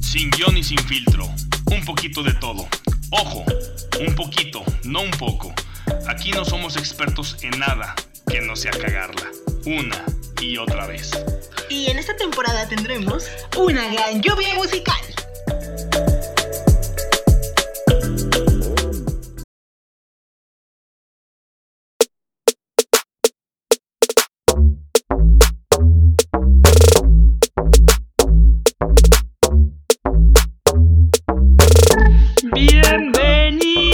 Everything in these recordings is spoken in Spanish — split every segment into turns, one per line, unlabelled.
Sin guión y sin filtro. Un poquito de todo. Ojo, un poquito, no un poco. Aquí no somos expertos en nada que no sea cagarla. Una y otra vez.
Y en esta temporada tendremos una gran lluvia musical.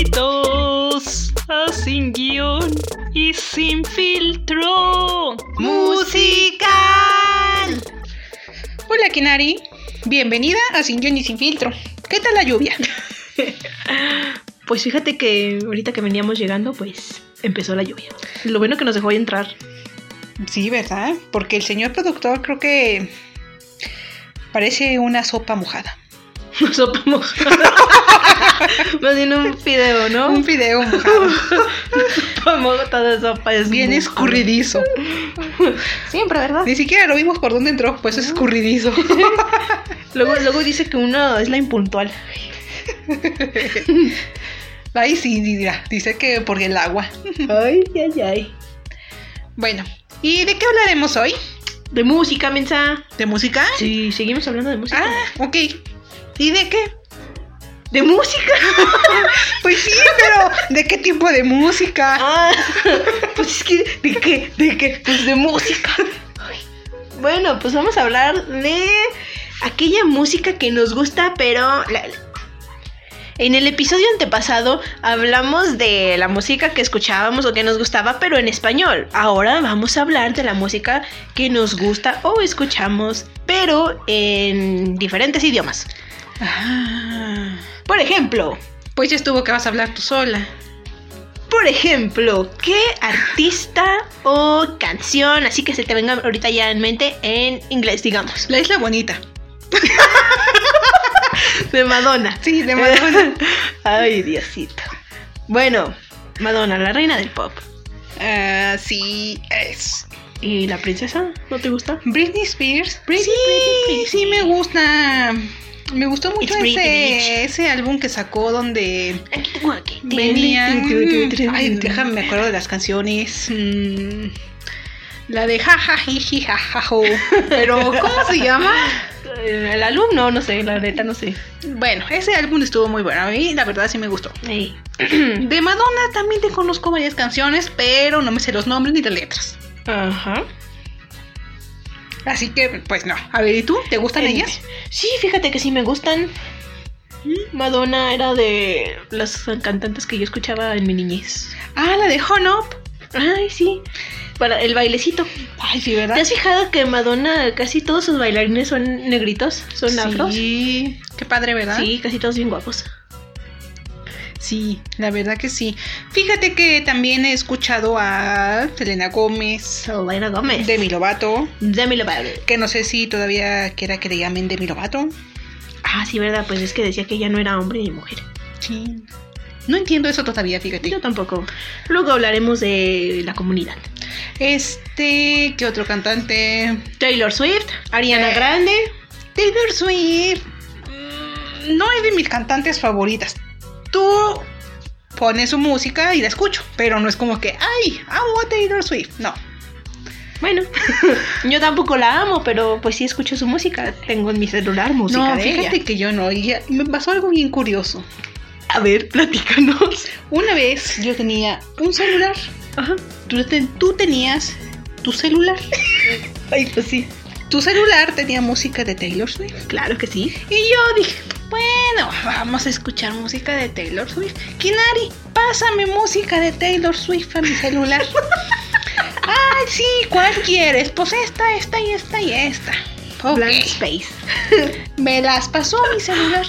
Bienvenidos a Sin Guión y Sin Filtro.
¡Musical!
Hola, Kinari. Bienvenida a Sin Guión y Sin Filtro. ¿Qué tal la lluvia?
Pues fíjate que ahorita que veníamos llegando, pues empezó la lluvia. Lo bueno que nos dejó entrar.
Sí, ¿verdad? Porque el señor productor creo que parece una sopa mojada.
Nos sopamos. Más bien un fideo, ¿no?
Un video mojado.
fideo de sopa. Es
Bien
muy-
escurridizo.
Siempre, ¿verdad? Ah.
Ni siquiera lo vimos por dónde entró, pues es escurridizo.
Luego, luego dice que uno es la impuntual.
Ahí sí, dirá. Dice que por el agua.
Ay, ay, ay.
Bueno, ¿y de qué hablaremos hoy?
De música, mensa.
¿De música?
Sí, seguimos hablando de música.
Ah, ok. ¿Y de qué?
¿De música?
Pues sí, pero ¿de qué tipo de música?
Ah, pues es que, ¿de qué? ¿De qué? Pues de música. Ay. Bueno, pues vamos a hablar de aquella música que nos gusta, pero... la- En el episodio antepasado hablamos de la música que escuchábamos o que nos gustaba, pero en español. Ahora vamos a hablar de la música que nos gusta o escuchamos, pero en diferentes idiomas.
Ah,
Por ejemplo,
pues ya estuvo que vas a hablar tú sola.
Por ejemplo, ¿qué artista o canción así que se te venga ahorita ya en mente en inglés, digamos?
La isla bonita.
De Madonna.
Sí, de Madonna.
Ay, Diosito. Bueno, Madonna, la reina del pop.
Así Ah, es.
¿Y la princesa? ¿No te gusta?
Britney Spears.
Britney,
sí,
Britney, Britney.
sí me gusta. Me gustó mucho
It's Britney,
ese, ese álbum que sacó donde
Aquí tengo aquí.
venían. Ay, déjame, me acuerdo de las canciones. Mm, La de jaja, jiji, jajajo. Pero, ¿cómo se llama?
El Eh, alumno, no sé, la neta, no sé.
Bueno, ese álbum estuvo muy bueno. A mí, la verdad, sí me gustó.
Ey.
De Madonna también te conozco varias canciones, pero no me sé los nombres ni las letras.
Ajá.
Así que, pues no. A ver, ¿y tú? ¿Te gustan
Eh,
ellas? ¿Mm?
Sí, fíjate que sí me gustan. Madonna era de las cantantes que yo escuchaba en mi niñez.
Ah, la de Honop.
Ay, sí. Para el bailecito.
Ay, sí,
¿Te
¿verdad?
has fijado que Madonna, casi todos sus bailarines son negritos? ¿Son afros?
Sí, qué padre, ¿verdad?
Sí, casi todos bien guapos.
Sí, la verdad que sí. Fíjate que también he escuchado a Selena Gómez,
Selena Gómez.
Demi Lovato,
Demi Lovato.
que no sé si todavía quiera que le llamen Demi Lovato.
Ah, sí, verdad, pues es que decía que ella no era hombre ni mujer.
Sí. No entiendo eso todavía, fíjate.
Yo tampoco. Luego hablaremos de la comunidad.
Este, ¿qué otro cantante?
Taylor Swift, Ariana
Eh.
Grande.
Taylor Swift mm, no es de mis cantantes favoritas. Tú pones su música y la escucho, pero no es como que, ay, amo a Taylor Swift. No.
Bueno, yo tampoco la amo, pero pues sí escucho su música. Tengo en mi celular música
no,
de
fíjate
ella.
que yo no. Y ya- me pasó algo bien curioso.
A ver, platícanos.
Una vez yo tenía un celular.
Ajá.
Tú, te- tú tenías tu celular.
Ay, pues sí.
Tu celular tenía música de Taylor Swift.
Claro que sí.
Y yo dije, bueno, vamos a escuchar música de Taylor Swift. Kinari, pásame música de Taylor Swift a mi celular. Ay, sí, ¿cuál quieres? Pues esta, esta y esta y esta. Ok.
Blank Space.
Me las pasó a mi celular.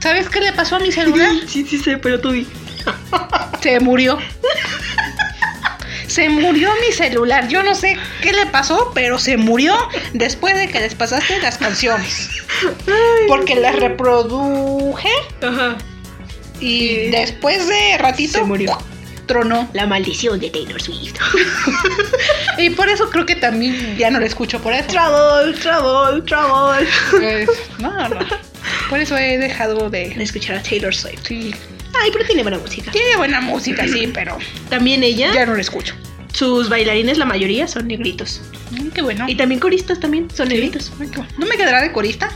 ¿Sabes qué le pasó a mi celular?
Sí, sí sé, pero tú di.
Se murió. Se murió mi celular. Yo no sé qué le pasó, pero se murió después de que les pasaste las canciones. Porque las reproduje
Ajá.
Y después de ratito
Se murió.
Tronó.
La maldición de Taylor Swift.
Y por eso creo que también ya no lo escucho por eso.
Trouble, trouble, trouble.
Pues, no, no. Por eso he dejado de.
de escuchar a Taylor Swift.
Sí.
Ay, pero tiene buena música.
Tiene buena música, sí, pero
También ella,
ya no la escucho.
sus bailarines, la mayoría son negritos.
Mm, Qué bueno.
Y también coristas también son negritos.
Ay, qué bueno. No me quedará de corista,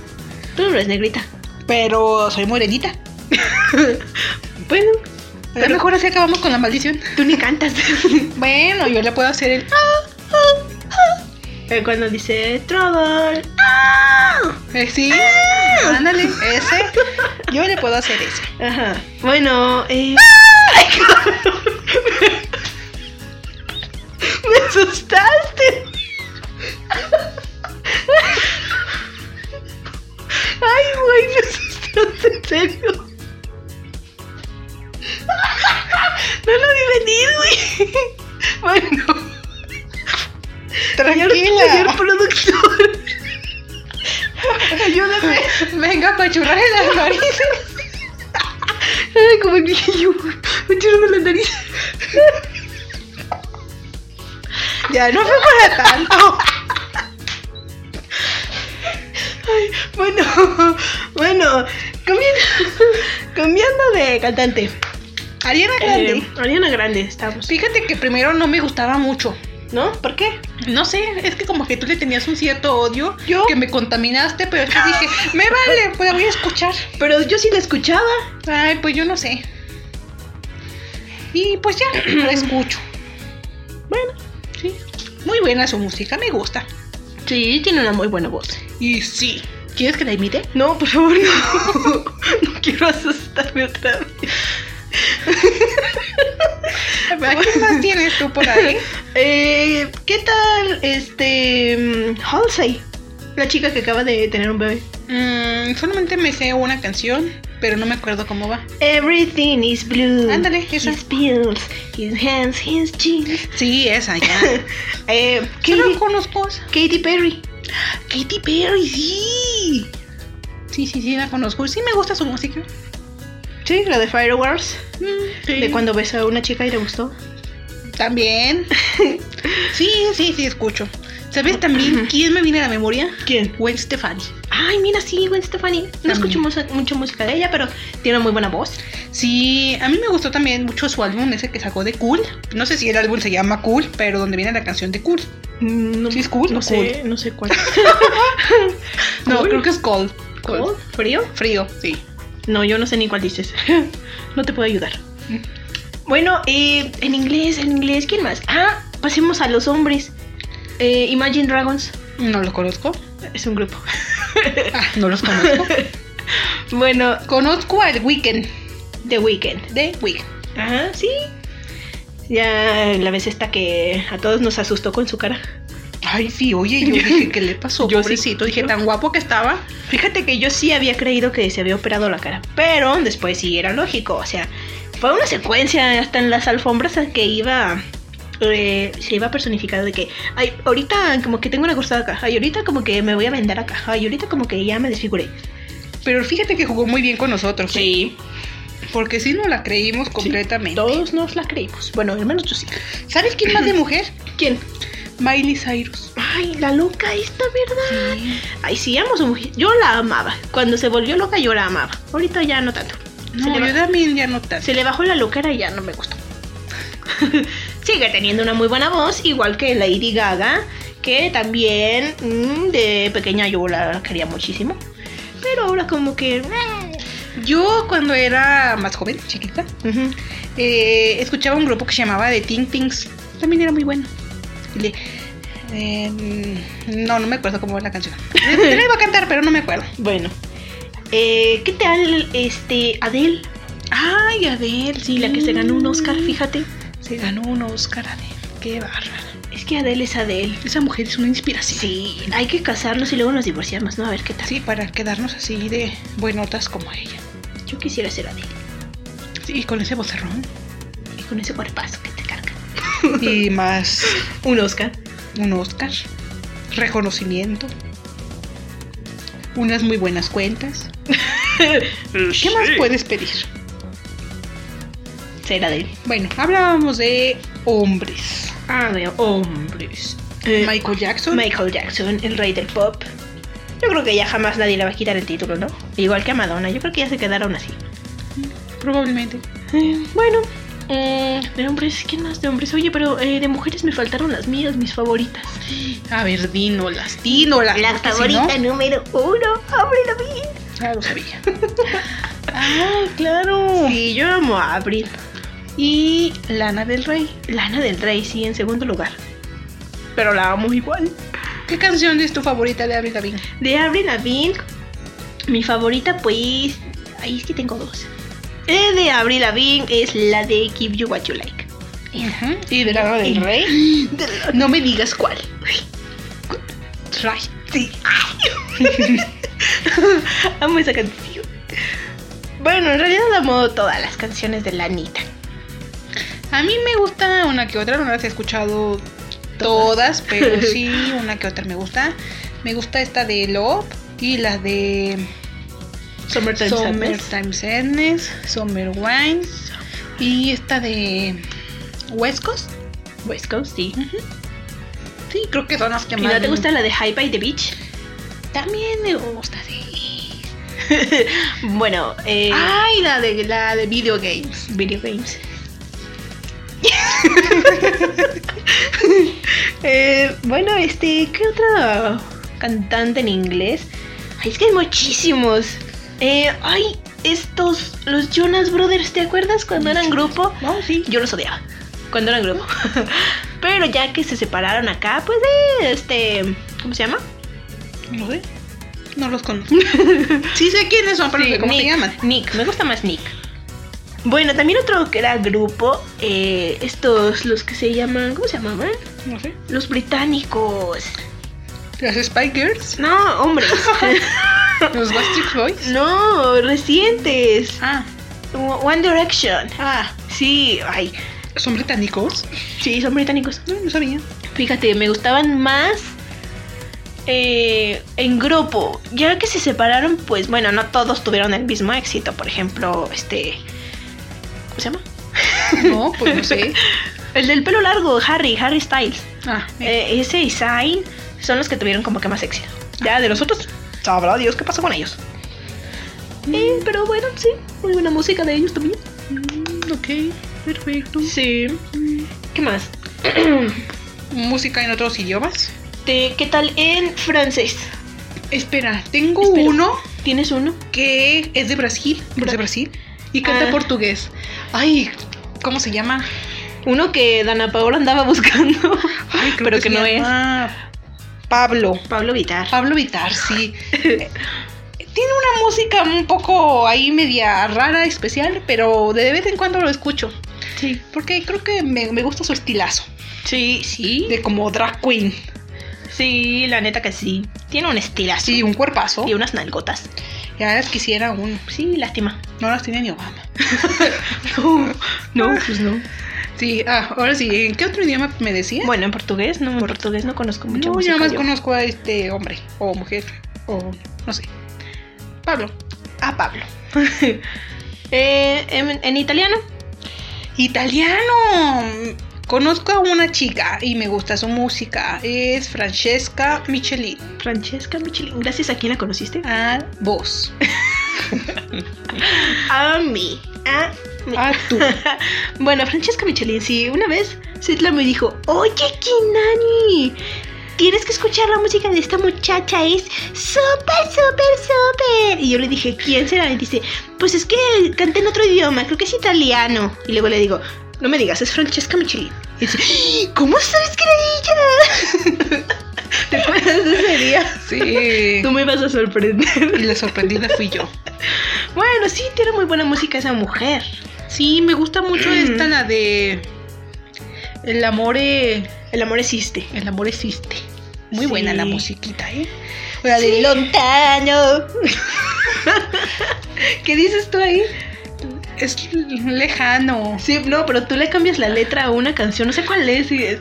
Tú no eres negrita.
pero soy morenita.
Bueno,
Pero
pero
mejor así acabamos con la maldición.
tú ni cantas.
Bueno, yo le puedo hacer el.
Eh, Cuando dice Trouble.
Eh, sí.
Ah.
Ándale, ese. Yo le puedo hacer ese.
Ajá. Bueno, eh. ¡Me asustaste! ¡Ay, güey! Me asustaste, en serio. No lo vi venir, güey. Bueno, señor,
Tranquila.
señor productor. Ayúdame.
Venga, para churrar las narices.
Ay, como que yo me tiro de la nariz.
Ya, no fue para tanto.
Ay, bueno, bueno, cambiando, cambiando de cantante.
Ariana Grande.
Eh, Ariana Grande, estamos.
Fíjate que primero no me gustaba mucho.
¿No? ¿Por qué?
No sé, es que como que tú le tenías un cierto odio
¿Yo?
que me contaminaste, pero es que dije, me vale, pues la voy a escuchar.
Pero yo sí la escuchaba.
Ay, pues yo no sé. Y pues ya, la escucho.
Bueno,
Sí. Muy buena su música, me gusta.
sí, tiene una muy buena voz.
Y sí. ¿Quieres que la imite?
No, por favor, no. No quiero asustarme otra vez.
¿Qué más tienes tú por ahí?
Eh, ¿Qué tal este. mm, Halsey? La chica que acaba de tener un bebé.
Mm, solamente me sé una canción, pero no me acuerdo cómo va.
Everything is blue.
Ándale, esa.
His pills, his hands, his jeans.
Sí, esa ya.
eh,
Solo
Katy,
conozco esa.
Katy Perry.
Katy Perry, sí. Sí, sí, sí, la conozco. Sí, me gusta su música.
Sí, la de Fireworks. De
De cuando
cuando besó a una chica y le gustó.
también. sí, sí, sí, escucho. ¿Sabes también quién me viene a la memoria?
¿Quién?
Gwen Stefani.
Ay, mira, sí, Gwen Stefani. No
También.
escucho mucha, mucha música de ella, pero tiene muy buena voz.
Sí, a mí me gustó también mucho su álbum ese que sacó de Cool. No sé si el álbum se llama Cool, pero donde viene la canción de Cool.
Mm, No,
Sí, es cool,
no
no
sé, no sé cuál.
No,
Cool.
creo que es Cold.
¿Cold? ¿Frío?
Frío, sí.
No, yo no sé ni cuál dices. no te puedo ayudar. Bueno, eh, en inglés, en inglés, ¿quién más? Ah, pasemos a los hombres. Eh, Imagine Dragons
No los conozco.
es un grupo.
Ah, no los conozco.
bueno,
conozco al Weekend.
The Weeknd.
De Weekend.
Ajá, sí. Ya la vez esta que a todos nos asustó con su cara.
Ay, sí, oye, yo dije, ¿qué le pasó?
Yo sí.
Pobrecito, dije, tan guapo que estaba.
Fíjate que yo sí había creído que se había operado la cara, pero después sí era lógico, o sea, fue una secuencia hasta en las alfombras en que iba, eh, se iba personificado de que, ay, ahorita como que tengo una cruzada acá, ay, ahorita como que me voy a vendar acá, ay, ahorita como que ya me desfiguré.
Pero fíjate que jugó muy bien con nosotros. ¿eh?
Sí,
Porque sí nos la creímos completamente.
Todos nos la creímos, bueno, al menos yo sí.
¿Sabes quién más de mujer?
¿Quién?
Miley Cyrus.
Ay, la loca esta, ¿verdad? Ay, sí, amo a su mujer, yo la amaba, cuando se volvió loca yo la amaba, ahorita ya no tanto. Se
No,
le
yo
bajó-
también ya no tanto.
Se le bajó la loquera y ya no me gustó. Sigue teniendo una muy buena voz, igual que Lady Gaga, que también mm, de pequeña yo la quería muchísimo. Pero ahora como que... eh,
Yo cuando era más joven, chiquita,
ujú.
eh, escuchaba un grupo que se llamaba The Ting Tings. También era muy bueno. Y le- eh, no, no me acuerdo cómo es la canción. Te la iba a cantar, pero no me acuerdo.
Bueno. Eh, ¿Qué tal este Adele? Mm.
Ay, Adele,
Sí, la que se ganó un Oscar, fíjate.
Se ganó un Oscar, Adele. Qué bárbara.
Es que Adele es Adele.
Esa mujer es una inspiración.
Sí, hay que casarnos y luego nos divorciamos, ¿no? A ver qué tal.
Sí, para quedarnos así de buenotas como ella.
Yo quisiera ser Adele.
Sí, y con ese vocerrón.
Y con ese cuerpazo que te carga.
Y más
Un Oscar.
un Oscar, reconocimiento, unas muy buenas cuentas. ¿Qué más puedes pedir?
Ser Adele.
Bueno, hablábamos de hombres.
Ah, de hombres. Eh,
Michael Jackson,
Michael Jackson, el rey del pop. Yo creo que ya jamás nadie le va a quitar el título, ¿no? Igual que a Madonna, yo creo que ya se quedaron así.
Probablemente.
Eh, bueno, mm, de hombres, ¿quién más de hombres? Oye, pero eh, de mujeres me faltaron las mías, mis favoritas.
A ver, dínolas, dínolas.
La
porque si
favorita número uno, ábrelo bien.
no, ya lo sabía. ah, claro.
Sí, yo amo a Abril.
Y Lana del Rey.
Lana del Rey, sí, en segundo lugar. Pero la amo igual.
¿Qué canción es tu favorita de Avril Lavigne?
De Avril Lavigne, mi favorita, pues. Ahí es que tengo dos. Eh, de Avril Lavigne es la de Give You What You Like.
Y de Lana del Rey. No me digas cuál.
Right. Sí. amo esa canción. Bueno, en realidad amo todas las canciones de Lanita.
A mí me gusta una que otra, no las he escuchado todas, pero sí, una que otra me gusta. Me gusta esta de Love y la de
Summertime
Summer
Sadness.
Time Sadness, Summer Wine y esta de West Coast.
West Coast, sí.
Sí, creo que son las que
¿Y
más.
no te
me-
gusta la de High by the Beach?
También me gusta, sí. Ah,
bueno, eh,
Ay, la de la de video games.
video games. Eh, bueno, este, ¿qué otra cantante en inglés? Ay, es que hay muchísimos. Eh, ay, estos, los Jonas Brothers, ¿te acuerdas cuando eran grupo?
No, sí.
Yo los odiaba cuando eran grupo. Pero ya que se separaron acá, pues, eh, este, ¿cómo se llama?
No sé. No los conozco. sí sé quiénes son, pero no
Sí,
sé cómo
Nick,
se llaman.
Nick, me gusta más Nick. Bueno, también otro que era grupo, eh, estos, los que se llaman, ¿cómo se llamaban?
No sé.
Los británicos.
Las Spy Girls.
No, hombres.
Los Backstreet Boys.
no, recientes.
Ah,
One Direction.
ah.
Sí, ay,
¿Son británicos?
sí, son británicos.
No, no sabía.
Fíjate, me gustaban más eh, en grupo. Ya que se separaron, pues bueno, no todos tuvieron el mismo éxito. Por ejemplo, este. ¿Cómo se llama?
No, pues no sé.
El del pelo largo, Harry, Harry Styles.
Ah, mira.
Eh, ese y Zayn son los que tuvieron como que más éxito. Ya de los otros, sabrá Dios qué pasó con ellos. Eh, pero bueno, sí, muy buena música de ellos también.
Mm, ok, perfecto.
Sí. ¿Qué más?
¿Música en otros idiomas?
Te- ¿Qué tal en francés?
Espera, tengo
Espera.
uno
¿Tienes uno?
que es de Brasil.
Bra-
Es de Brasil. Y canta
Ah.
portugués. Ay, ¿cómo se llama?
Uno que Dana Paola andaba buscando,
Ay, creo
pero que,
se
no es. Ah,
llama Pablo.
Pablo Vitar.
Pablo Vitar, sí. Eh, Tiene una música un poco ahí media rara, especial, pero de vez en cuando lo escucho.
Sí.
Porque creo que me, me gusta su estilazo.
Sí, sí.
De como drag queen.
Sí, la neta que sí. Tiene un estilazo.
Sí, un cuerpazo.
Y unas nalgotas.
Ya las quisiera uno.
Sí, lástima.
No las tiene ni Obama.
No, no, pues no.
Sí, ah, ahora sí, ¿en qué otro idioma me decía?
Bueno, en portugués, no, en portugués no conozco mucho.
no, yo nada más conozco a este hombre, o mujer, o no sé. Pablo. Ah, Pablo.
Eh, en, en italiano.
Italiano. Conozco a una chica y me gusta su música. Es Francesca Michelin.
Francesca Michelin. Gracias a quién la conociste.
A vos.
A mí. A mí.
A tú.
bueno, Francesca Michelin, sí, una vez Zetla me dijo, oye Kinani, tienes que escuchar la música de esta muchacha, es súper, súper, súper. Y yo le dije, ¿quién será? Y dice, pues es que canta en otro idioma, creo que es italiano. Y luego le digo, no me digas, es Francesca Michelin. Y dice, "¡Ah! ¿cómo sabes que era ella? ¿Te acuerdas de ese día?
Sí.
Tú me vas a sorprender.
Y la sorprendida fui yo.
Bueno, sí, tiene muy buena música esa mujer.
Sí, me gusta mucho esta, la de. El amor, eh,
El amor existe.
el amor existe. Muy
Sí.
buena la musiquita, ¿eh?
La de lontano. ¿Qué dices tú ahí?
Es lejano.
Sí, no, pero tú le cambias la letra a una canción, no sé cuál es. y es-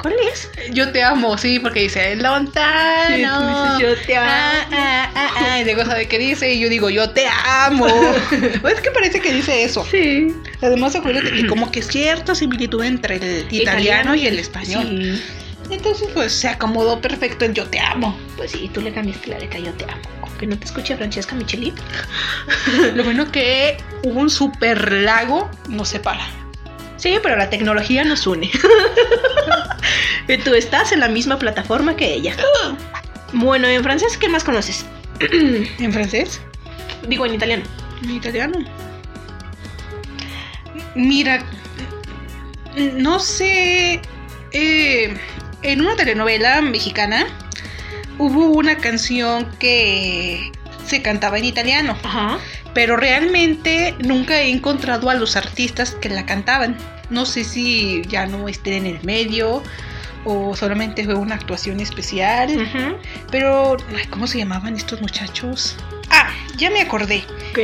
¿Cuál es?
Yo te amo, sí, porque dice
Ah,
lontano.
Sí, tú dices, "Yo te amo".
Ah, ah, ah, ah, y luego sabe qué dice y yo digo yo te amo. es que parece que dice eso.
Sí.
Además acuérdate que como que cierta similitud entre el italiano y el español. Entonces, pues se acomodó perfecto el yo te amo.
Pues sí, tú le cambiaste la letra, yo te amo. Con que no te escuche Francesca Michelin.
Lo bueno que hubo un super lago nos separa.
Sí, pero la tecnología nos une. Y tú estás en la misma plataforma que ella. Bueno, en francés, ¿qué más conoces?
¿En francés?
Digo, en italiano.
¿En italiano? Mira, no sé. eh, en una telenovela mexicana hubo una canción que se cantaba en italiano,
Ajá.
pero realmente nunca he encontrado a los artistas que la cantaban. No sé si ya no estén en el medio o solamente fue una actuación especial, pero ay, ¿cómo se llamaban estos muchachos? Ah, ya me acordé.
¿Qué?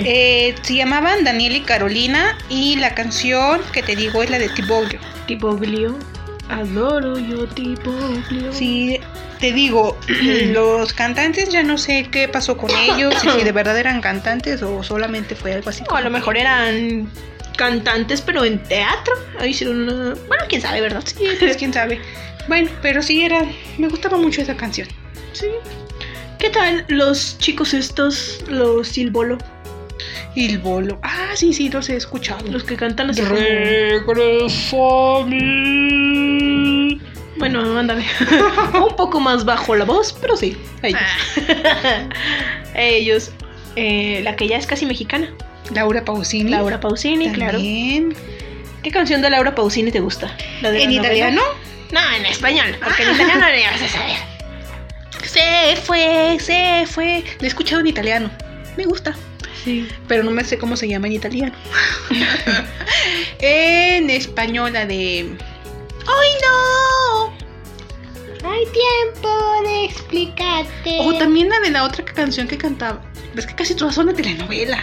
Eh, se llamaban Daniel y Carolina y la canción que te digo es la de Tibolio.
Tipo Blio. Adoro yo tipo Blio.
Sí, te digo, los cantantes ya no sé qué pasó con ellos, y si de verdad eran cantantes o solamente fue algo así.
O a lo mejor eran cantantes, pero en teatro. Ahí hicieron una. Bueno, quién sabe, ¿verdad?
Sí, pues quién sabe. Bueno, pero sí era, me gustaba mucho esa canción.
Sí. ¿Qué tal los chicos estos, los Silbolo?
Y el bolo. Ah, sí, sí, los he escuchado.
Los que cantan así como-
Regreso a mí.
Bueno, ándale. Un poco más bajo la voz, pero sí.
Ay, Ah.
Ellos. eh, la que ya es casi mexicana.
Laura Pausini.
Laura Pausini, claro.
También.
¿Qué canción de Laura Pausini te gusta? ¿La de la
¿En
novela?
italiano?
No, en español, porque en italiano no le vas a saber.
Se fue, se fue. La he escuchado en italiano. Me gusta.
Sí.
pero no me sé cómo se llama en italiano. en español, la de. ¡Ay,
Hay tiempo de explicarte.
no! O también la de la otra canción que cantaba. Es que casi todas son de telenovela.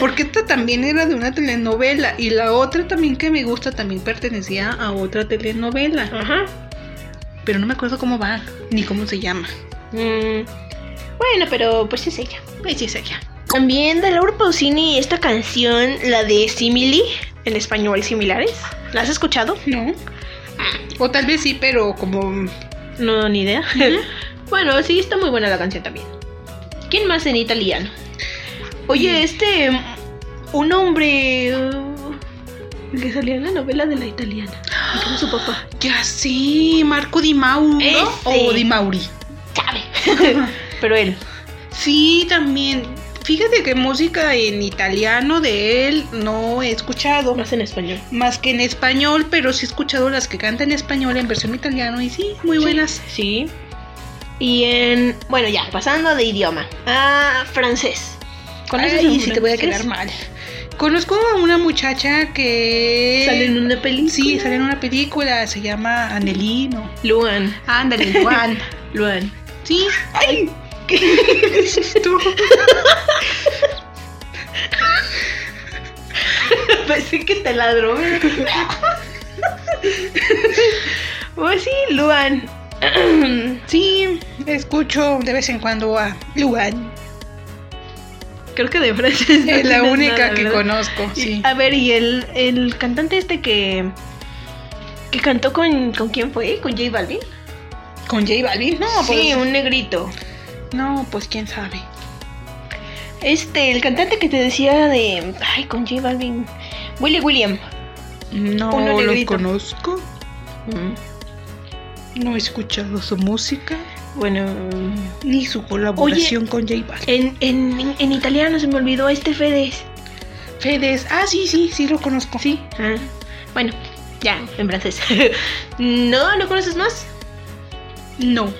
Porque esta también era de una telenovela. Y la otra también que me gusta también pertenecía a otra telenovela.
Ajá.
Pero no me acuerdo cómo va, ni cómo se llama.
Mm, Bueno, pero pues es ella.
Pues sí, es ella.
También de Laura Pausini esta canción, la de Simili, en español similares. ¿La has escuchado?
¿No? O tal vez sí, pero como.
No, ni idea. bueno, sí, está muy buena la canción también. ¿Quién más en italiano? Oye, este. Un hombre. uh, que salía en la novela de la italiana. y que era su papá.
Ya sí, Marco Di Mauro.
Ese.
O Di Mauri.
Pero él.
Sí, también. Fíjate que música en italiano de él no he escuchado.
Más en español.
Más que en español, pero sí he escuchado las que cantan en español en versión italiano y sí, muy buenas.
Sí. Y en. Bueno, ya, pasando de idioma. Ah, francés. ¿Conoces
Ay,
algún
sí te voy a
francés?
quedar mal. Conozco a una muchacha que...
Sale en una película.
Sí, sale en una película, se llama Anelino.
Luan.
Ándale, Juan.
Luan.
Sí. ¡Ay! ¿Qué es esto?
Pensé que te ladró. pues sí, Luan.
Sí, escucho de vez en cuando a Luan.
Creo que de francés. no
Es la
tienes
única
nada,
que
¿verdad?
conozco,
Y-
sí.
A ver, y el, el cantante este que. que cantó con. ¿Con quién fue? ¿Con J Balvin?
¿Con J Balvin? No,
sí,
pues,
un negrito.
no, pues quién sabe.
Este, el cantante que te decía de. Ay, con J Balvin. Willy William.
No
Uno
lo
negrito.
conozco, no he escuchado su música,
Bueno.
ni su colaboración con J Balvin.
En, en, en italiano se me olvidó este Fedez.
Fedes, ah, sí, sí, sí lo conozco. Sí.
Ah, bueno, ya, en francés. no, ¿no conoces más?
No,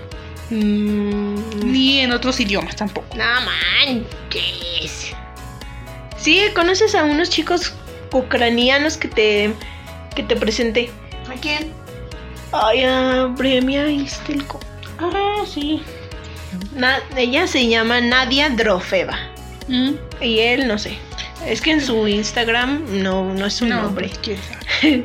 Mm,
ni en otros idiomas tampoco.
no manches. Sí, conoces a unos chicos ucranianos que te, que te presenté.
¿A quién?
Ay, a Bremia Istelko.
Ah, sí.
Na- ella se llama Nadia Drofeva.
Mm,
Y él, no sé. Es que en su Instagram no, no es un
No,
nombre.
pues, quién sabe.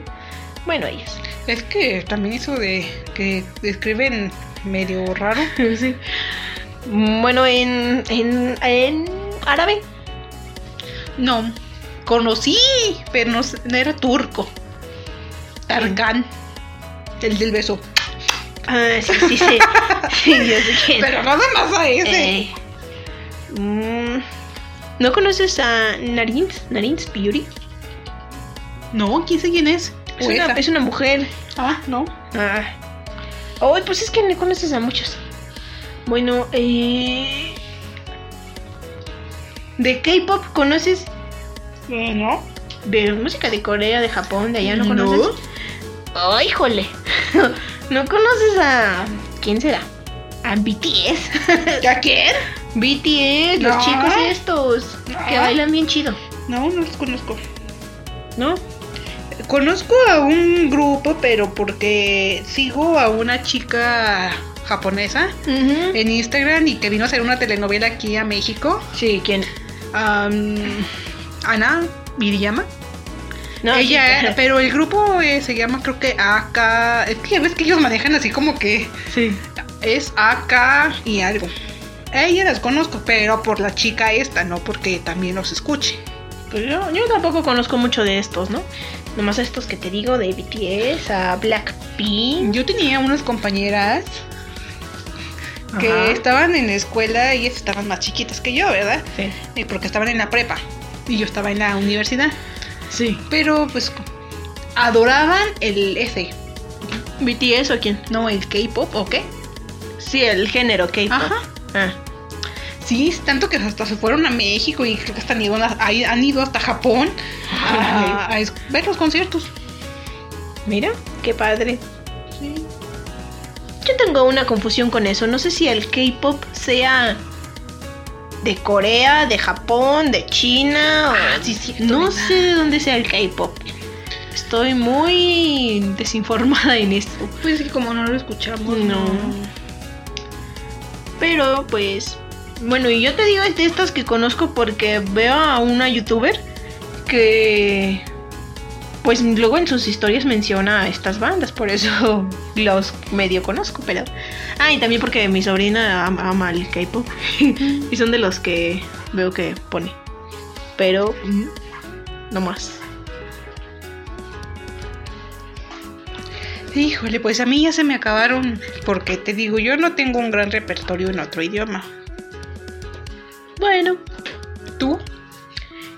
Bueno, ellos.
Es que también eso de que escriben medio raro.
Sí. Bueno, en, en, en árabe.
No, conocí, pero no, sé, no era turco. Tarkan, el del beso.
Ah, sí, sí, sí. sí, yo sé quién.
Pero nada más a ese.
Eh, mm, ¿No conoces a Narins? Narins Beauty.
No, ¿quién sé quién es?
Es,
O
una,
esa.
es una mujer.
Ah, no.
Ah. Oh, pues es que no conoces a muchos. Bueno, eh... ¿De K-pop conoces?
Eh, no.
¿De música de Corea, de Japón, de allá no conoces? ¡Oh, híjole! ¿No conoces a... ¿Quién será? A BTS.
¿Ya quién?
BTS,
No.
los chicos estos.
No.
Que bailan bien chido.
No, no los conozco.
¿No?
Conozco a un grupo, pero porque sigo a una chica japonesa
Ujú.
en Instagram y que vino a hacer una telenovela aquí a México.
Sí, ¿quién?
Am, Ana Miriyama.
No, Ah, sí,
Ella,
claro.
pero el grupo eh, se llama creo que AK. Es que ya ves que ellos manejan así como que
Sí.
es AK y algo. A Ella las conozco, pero por la chica esta, no porque también los escuche.
Pues yo, yo tampoco conozco mucho de estos, ¿no? Nomás estos que te digo, de BTS, a Blackpink.
Yo tenía unas compañeras que
Ajá.
estaban en la escuela y ellas estaban más chiquitas que yo, ¿verdad?
Sí.
Y porque estaban en la prepa y yo estaba en la universidad.
sí.
Pero pues adoraban el ese,
¿BTS o quién?
no el K-pop o qué.
Sí, el género K-pop.
Ajá.
Ah.
Sí, es tanto que hasta se fueron a México y creo que hasta han ido, a- ahí han ido hasta Japón a, a es- ver los conciertos.
Mira, qué padre. Yo tengo una confusión con eso. No sé si el K-pop sea de Corea, de Japón, de China. o-
Ah, sí, cierto,
no
¿verdad?
sé de dónde sea el K-pop. Estoy muy desinformada en esto.
Pues que como no lo escuchamos,
No. Pero pues, bueno, y yo te digo es de estas que conozco porque veo a una youtuber que pues luego en sus historias menciona a estas bandas, por eso los medio conozco, pero ah, y también porque mi sobrina am- ama, el K-pop y son de los que veo que pone. Pero no más.
Híjole, pues a mí ya se me acabaron. Porque te digo, yo no tengo un gran repertorio en otro idioma.
Bueno,
¿Tú?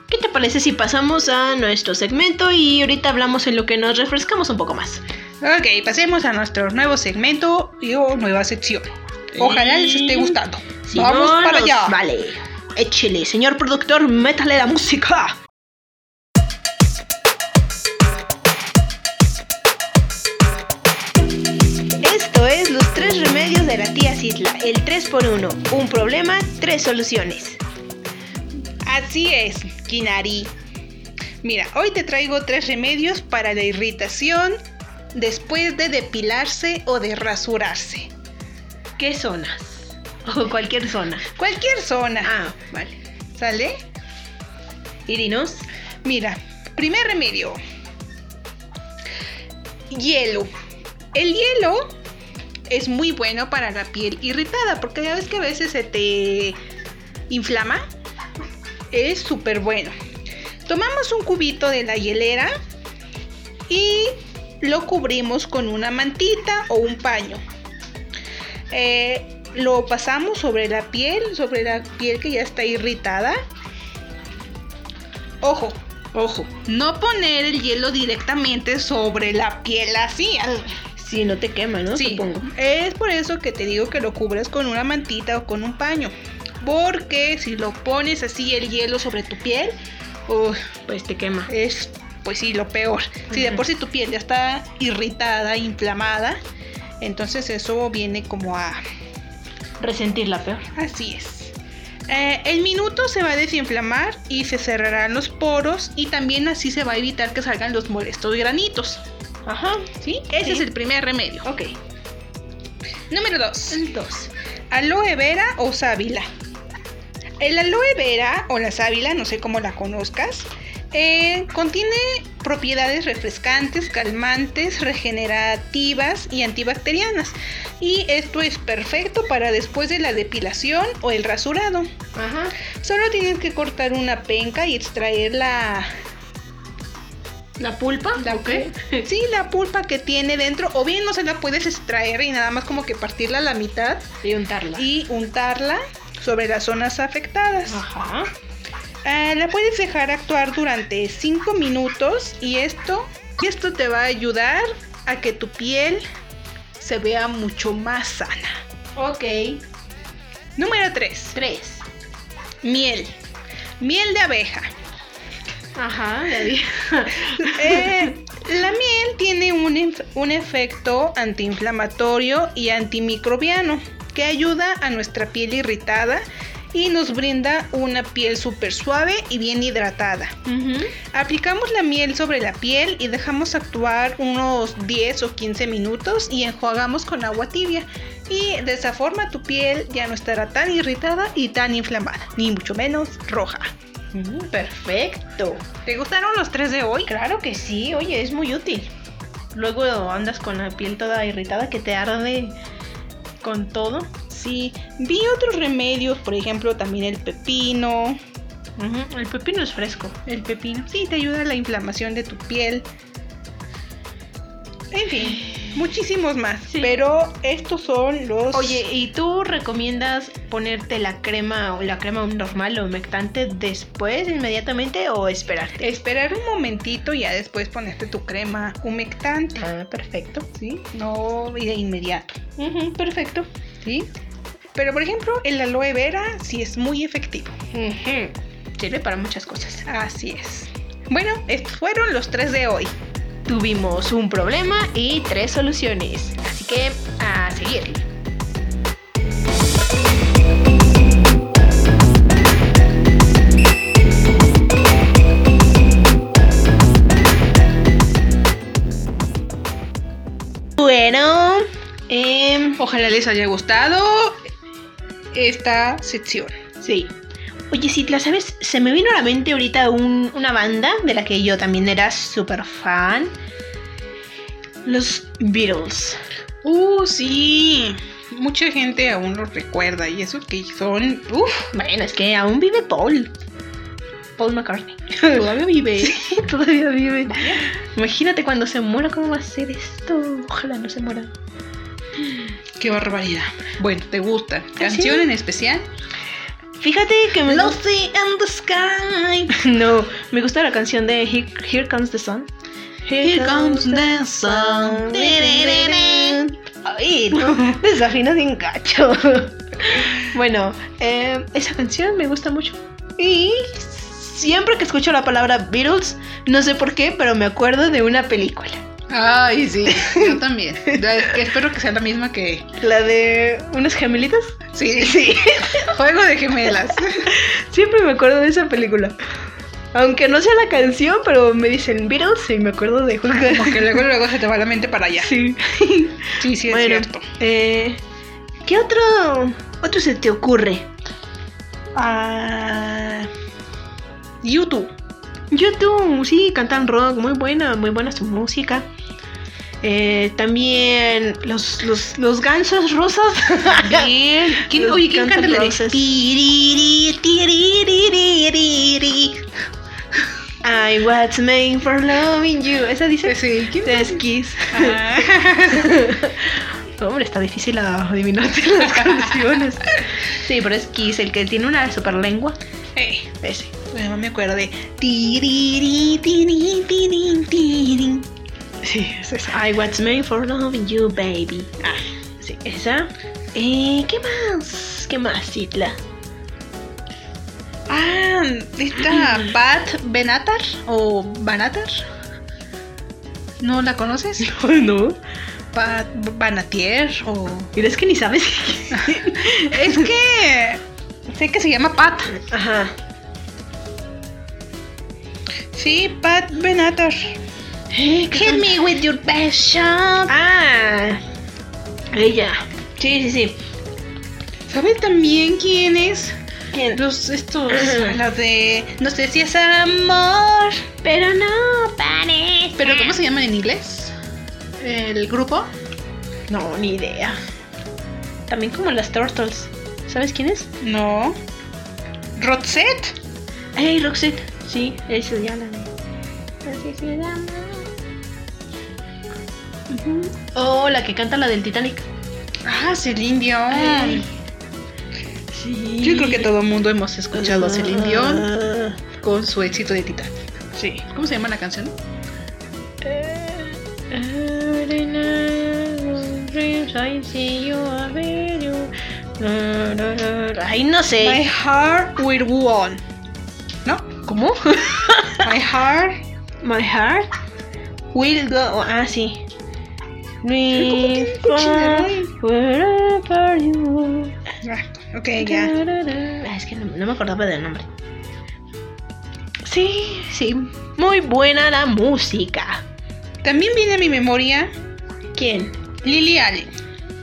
¿qué te parece si pasamos a nuestro segmento y ahorita hablamos en lo que nos refrescamos un poco más?
Ok, pasemos a nuestro nuevo segmento y o nueva sección. Ojalá les esté gustando.
Si
Vamos
no
para
nos
allá.
Vale. Échele, señor productor, métale la música. Esto es Los Tres Remedios de la Tía Cisla, el 3x1. Un problema, tres soluciones.
Así es, Kinari. Mira, hoy te traigo tres remedios para la irritación después de depilarse o de rasurarse.
¿Qué zonas? O cualquier zona.
Cualquier zona,
Ah, vale.
¿sale?
Y dinos.
Mira, primer remedio. Hielo. El hielo es muy bueno para la piel irritada porque ya ves que a veces se te inflama. Es súper bueno. Tomamos un cubito de la hielera y lo cubrimos con una mantita o un paño. Eh, lo pasamos sobre la piel, sobre la piel que ya está irritada. Ojo, ojo, no poner el hielo directamente sobre la piel así. al-
Si no te quema, ¿no?
sí,
Supongo.
es por eso que te digo que lo cubras con una mantita o con un paño. Porque si lo pones así el hielo sobre tu piel, uf,
Pues te quema.
es pues sí lo peor. Si de
Ujú.
por sí tu piel ya está irritada, inflamada, entonces eso viene como a
Resentirla peor.
Así es. Eh, el minuto se va a desinflamar y se cerrarán los poros y también así se va a evitar que salgan los molestos granitos.
Ajá.
¿Sí? Ese
Sí.
es el primer remedio.
Ok.
Número 2.
El dos.
Aloe vera o sábila. El aloe vera o la sábila, no sé cómo la conozcas, eh, contiene propiedades refrescantes, calmantes, regenerativas y antibacterianas. Y esto es perfecto para después de la depilación o el rasurado.
Ajá.
Solo tienes que cortar una penca y extraer la,
¿La pulpa?
La
¿O
pul- Sí, la pulpa que tiene dentro. O bien no se la puedes extraer y nada más como que partirla a la mitad
Y untarla.
y untarla sobre las zonas afectadas.
Ajá.
Ah, la puedes dejar actuar durante 5 minutos y esto, y esto te va a ayudar a que tu piel se vea mucho más sana.
Ok.
Número 3.
Tres.
Miel. Miel de abeja.
Ajá, la vi.
Eh, la miel tiene un, inf- un efecto antiinflamatorio y antimicrobiano que ayuda a nuestra piel irritada y nos brinda una piel súper suave y bien hidratada.
Ujú.
Aplicamos la miel sobre la piel y dejamos actuar unos 10 o 15 minutos y enjuagamos con agua tibia. Y de esa forma tu piel ya no estará tan irritada y tan inflamada, ni mucho menos roja.
Mm, Perfecto.
¿Te gustaron los tres de hoy?
Claro que sí, oye, es muy útil. Luego andas con la piel toda irritada que te arde con todo.
Sí, vi otros remedios, por ejemplo, también el pepino.
Ujú, El pepino es fresco.
El pepino, sí, te ayuda a la inflamación de tu piel. En fin, muchísimos más.
Sí.
Pero estos son los.
Oye, ¿y tú recomiendas ponerte la crema o la crema normal o humectante después, inmediatamente o esperarte?
Esperar un momentito y ya después ponerte tu crema humectante,
Ah, perfecto.
¿sí? No de inmediato,
Ujú, perfecto.
¿sí? Pero por ejemplo, el aloe vera sí es muy efectivo.
Ujú. Sirve para muchas cosas.
Así es. Bueno, estos fueron los tres de hoy.
Tuvimos un problema y tres soluciones. Así que ah, a seguirle. Bueno, em,
Ojalá les haya gustado esta sección.
Sí. Oye, Citla, ¿sabes? Se me vino a la mente ahorita un- una banda de la que yo también era súper fan. Los Beatles.
Uh, sí. Mucha gente aún los recuerda y eso que son. Uf,
Bueno, es que aún vive Paul. Paul McCartney. Todavía vive. todavía vive. Imagínate cuando se muera, ¿cómo va a ser esto? Ojalá no se muera.
qué barbaridad. Bueno, ¿te gusta?
¿Canción
¿Canción en especial?
Fíjate que me. Lucy and the Sky. No, me gusta la canción de Here, Here Comes the Sun.
Here comes the sun.
Ay, no, desafina sin cacho. Bueno, eh, esa canción me gusta mucho. Y siempre que escucho la palabra Beatles, no sé por qué, pero me acuerdo de una película.
Ay, sí, yo también. Ya, Espero que sea la misma que.
La de unas gemelitas.
Sí, sí. Juego de gemelas.
Siempre me acuerdo de esa película. Aunque no sea la canción, pero me dicen Beatles y me acuerdo de Juan
Como que luego, luego se te va la mente para allá.
Sí.
Sí, sí, es
bueno,
cierto.
eh, ¿qué otro, otro se te ocurre?
Ah, YouTube.
YouTube, sí, cantan rock, muy buena, muy buena su música. Eh, también los, los, los gansos rosas.
Bien. ¿Quién,
Los
oye, ¿quién
Guns N'
canta la de
Roses.
Tiriri, tiriri?
I was made for loving you. Esa dice
Sí, ¿quién
Tres kiss.
Ah.
Hombre, está difícil adivinarte las canciones. Sí, pero es Kiss, el que tiene una super lengua.
Eh,
Ese.
bueno, me acuerdo de
Tiriri, tiri, tiri, tiri. Sí, es esa. I was made for loving you, baby. Ah, sí, esa. Eh, ¿Qué más? ¿Qué más, Citla?
Ah, esta Pat Benatar o Banatar. ¿No la conoces?
no.
Pat Banatier o.
Mira, es que ni sabes.
Es que. Sé que se llama Pat.
Ajá.
Sí, Pat Benatar.
Eh, ¿qué
Hit me with your best shot.
Ah. Ella. Sí, sí, sí.
¿Sabes también quién es?
¿Quién?
Los estos. la de. No sé si es amor.
Pero no parece.
¿Pero cómo se llaman en inglés? ¿El grupo?
No, ni idea. También como las Turtles. ¿Sabes quién es?
No. ¿Roxette?
Hey, Roxette. Sí, ella es Diana.
Así se llama.
Oh, la que canta la del Titanic.
Ah, Celine Dion.
Ay. Sí.
Yo creo que todo el mundo hemos escuchado a Celine Dion
Ah.
con su éxito de Titanic. Sí. ¿Cómo se llama la canción?
Ay, no
My
sé.
Heart Will Go On. ¿No?
¿Cómo?
My Heart.
My heart will go. Ah, sí.
tiene
We
mucho de
fall wherever you
Ah, ok, ya.
Ah, Es que no, no me acordaba del nombre. Sí, sí. Muy buena la música.
También viene a mi memoria
¿Quién?
Lily Allen.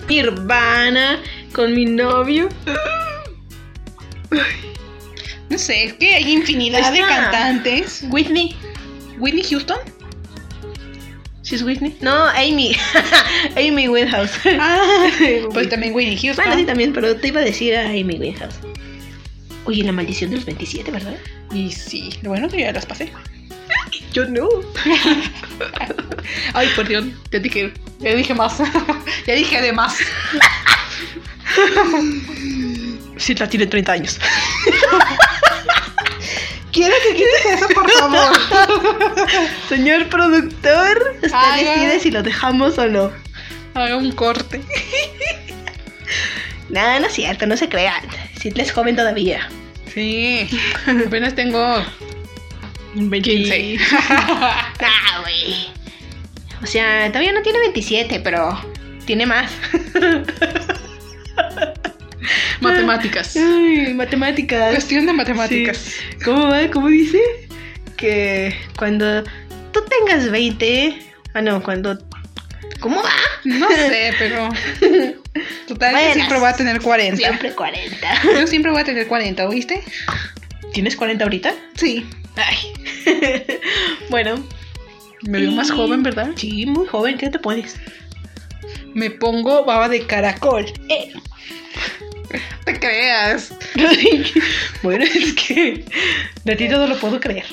Nirvana con mi novio.
No sé, es que hay infinidad de
Esta-
cantantes.
Whitney.
Whitney Houston.
¿Sí es Whitney? No, Amy. Amy Winehouse. Ah.
Ah, pues también Whitney Houston.
Bueno, sí también, pero te iba a decir a Amy Winehouse. Oye, la maldición de los 27, ¿verdad?
Y sí, lo bueno que yo ya las pasé.
Yo no.
Ay, perdón, ya dije, ya dije más. ya dije de más.
Sí, la tiene 30 años.
Quiero que quites eso, por favor.
Señor productor, usted
Ay,
decide
ay.
si lo dejamos o no.
Haga un corte.
Nada, no es cierto, no se crean. Sidla es joven todavía.
Sí, apenas tengo 15.
Ah, güey. O sea, todavía no tiene 27, pero tiene más.
Matemáticas.
Ay, matemáticas.
Cuestión de matemáticas.
¿Cómo va? ¿Cómo dice? Que cuando tú tengas 20. Ah, no, cuando. ¿Cómo va?
No sé, pero. Total, yo
Buenas.
siempre voy a tener 40.
Siempre 40.
Yo siempre voy a tener 40, ¿oíste?
¿Tienes 40 ahorita?
Sí.
Ay. bueno.
Me veo más
y-
joven, ¿verdad?
Sí, muy joven, ¿qué te puedes?
Me pongo baba de caracol.
Eh.
Te creas.
bueno, es que de ti todo lo puedo creer.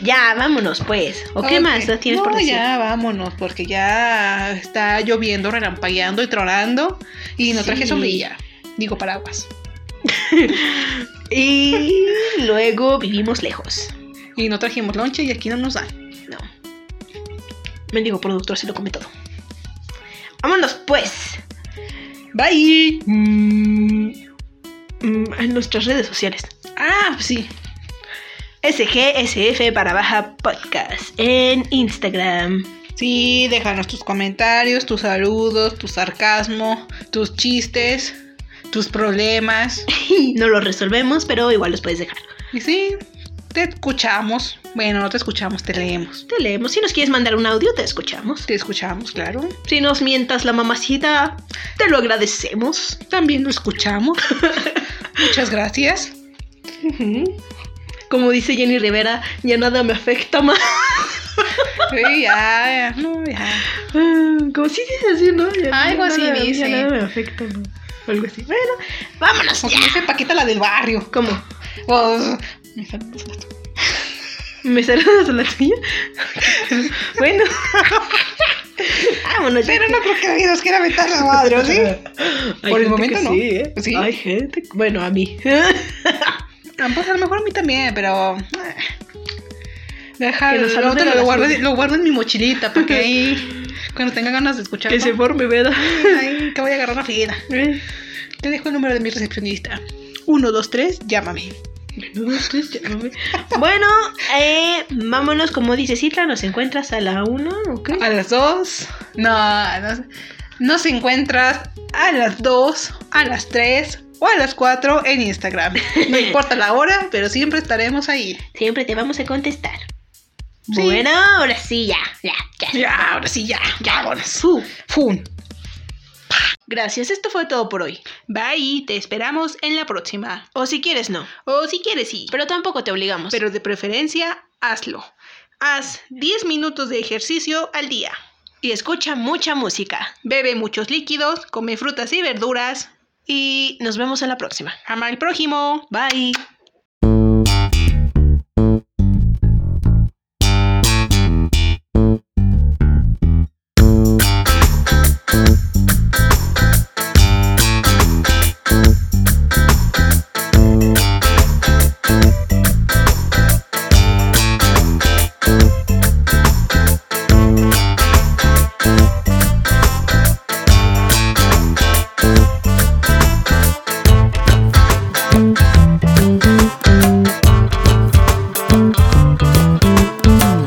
ya, vámonos pues. ¿O qué
Ok.
más tienes
no,
por decir?
ya vámonos, porque ya está lloviendo, relampagueando y tronando. Y no traje
Sí.
sombrilla. Digo paraguas.
Y luego vivimos lejos.
Y no trajimos lonche y aquí no nos dan.
No. Mendigo productor se lo come todo. Vámonos pues.
Bye.
Mm, En nuestras redes sociales.
Ah, sí.
SGSF para baja podcast en Instagram.
Sí, déjanos tus comentarios, tus saludos, tu sarcasmo, tus chistes, tus problemas.
No los resolvemos, pero igual los puedes dejar.
Y sí, te escuchamos. Bueno, no te escuchamos, te leemos.
Te leemos. Si nos quieres mandar un audio, te escuchamos.
Te escuchamos, claro.
Si nos mientas la mamacita, te lo agradecemos.
También lo escuchamos. Muchas gracias.
Como dice Jenny Rivera, ya nada me afecta más.
Sí, ya, ya, no, ya.
Ah, Como si dice así, ¿no? Ya- ya
Algo así
nada-
dice.
Ya nada me afecta más. Algo así. Bueno, vámonos
O
ya.
como dice Paquita, la del barrio.
¿Cómo?
Oh, me salen los gatos.
¿Me saludas a la tuya? bueno. vámonos. ya.
Pero no creo que alguien nos quiera aventar la madre, ¿sí?
Hay
por
gente
el momento
que
no.
Sí, ¿eh?
Sí.
Hay gente. Bueno, a mí.
Ah, Pues a lo mejor a mí también, pero. ah. Deja,
Que nos
lo,
saluden a
lo,
las
guardo,
uñas.
lo guardo en mi mochilita para que ahí, cuando tenga ganas de escuchar,
que se forme, ¿verdad?
ahí, que voy a agarrar la fila. Te dejo el número de mi recepcionista. 123, llámame.
Bueno, eh, vámonos, como dice Citla, nos encuentras a la 1, ¿ok?
A las 2. No, no, nos encuentras a las 2, a las 3 o a las 4 en Instagram. No importa la hora, pero siempre estaremos ahí.
Siempre te vamos a contestar.
Sí.
Bueno, ahora sí, ya, ya, ya.
Ya, ahora sí, ya, ya, vámonos.
Fu.
Fun.
Gracias, esto fue todo por hoy.
Bye, te esperamos en la próxima.
O si quieres, no.
O si quieres, sí.
Pero tampoco te obligamos.
Pero de preferencia, hazlo. Haz 10 minutos de ejercicio al día.
y escucha mucha música.
Bebe muchos líquidos, come frutas y verduras.
Y nos vemos en la próxima.
Ama al prójimo.
Bye.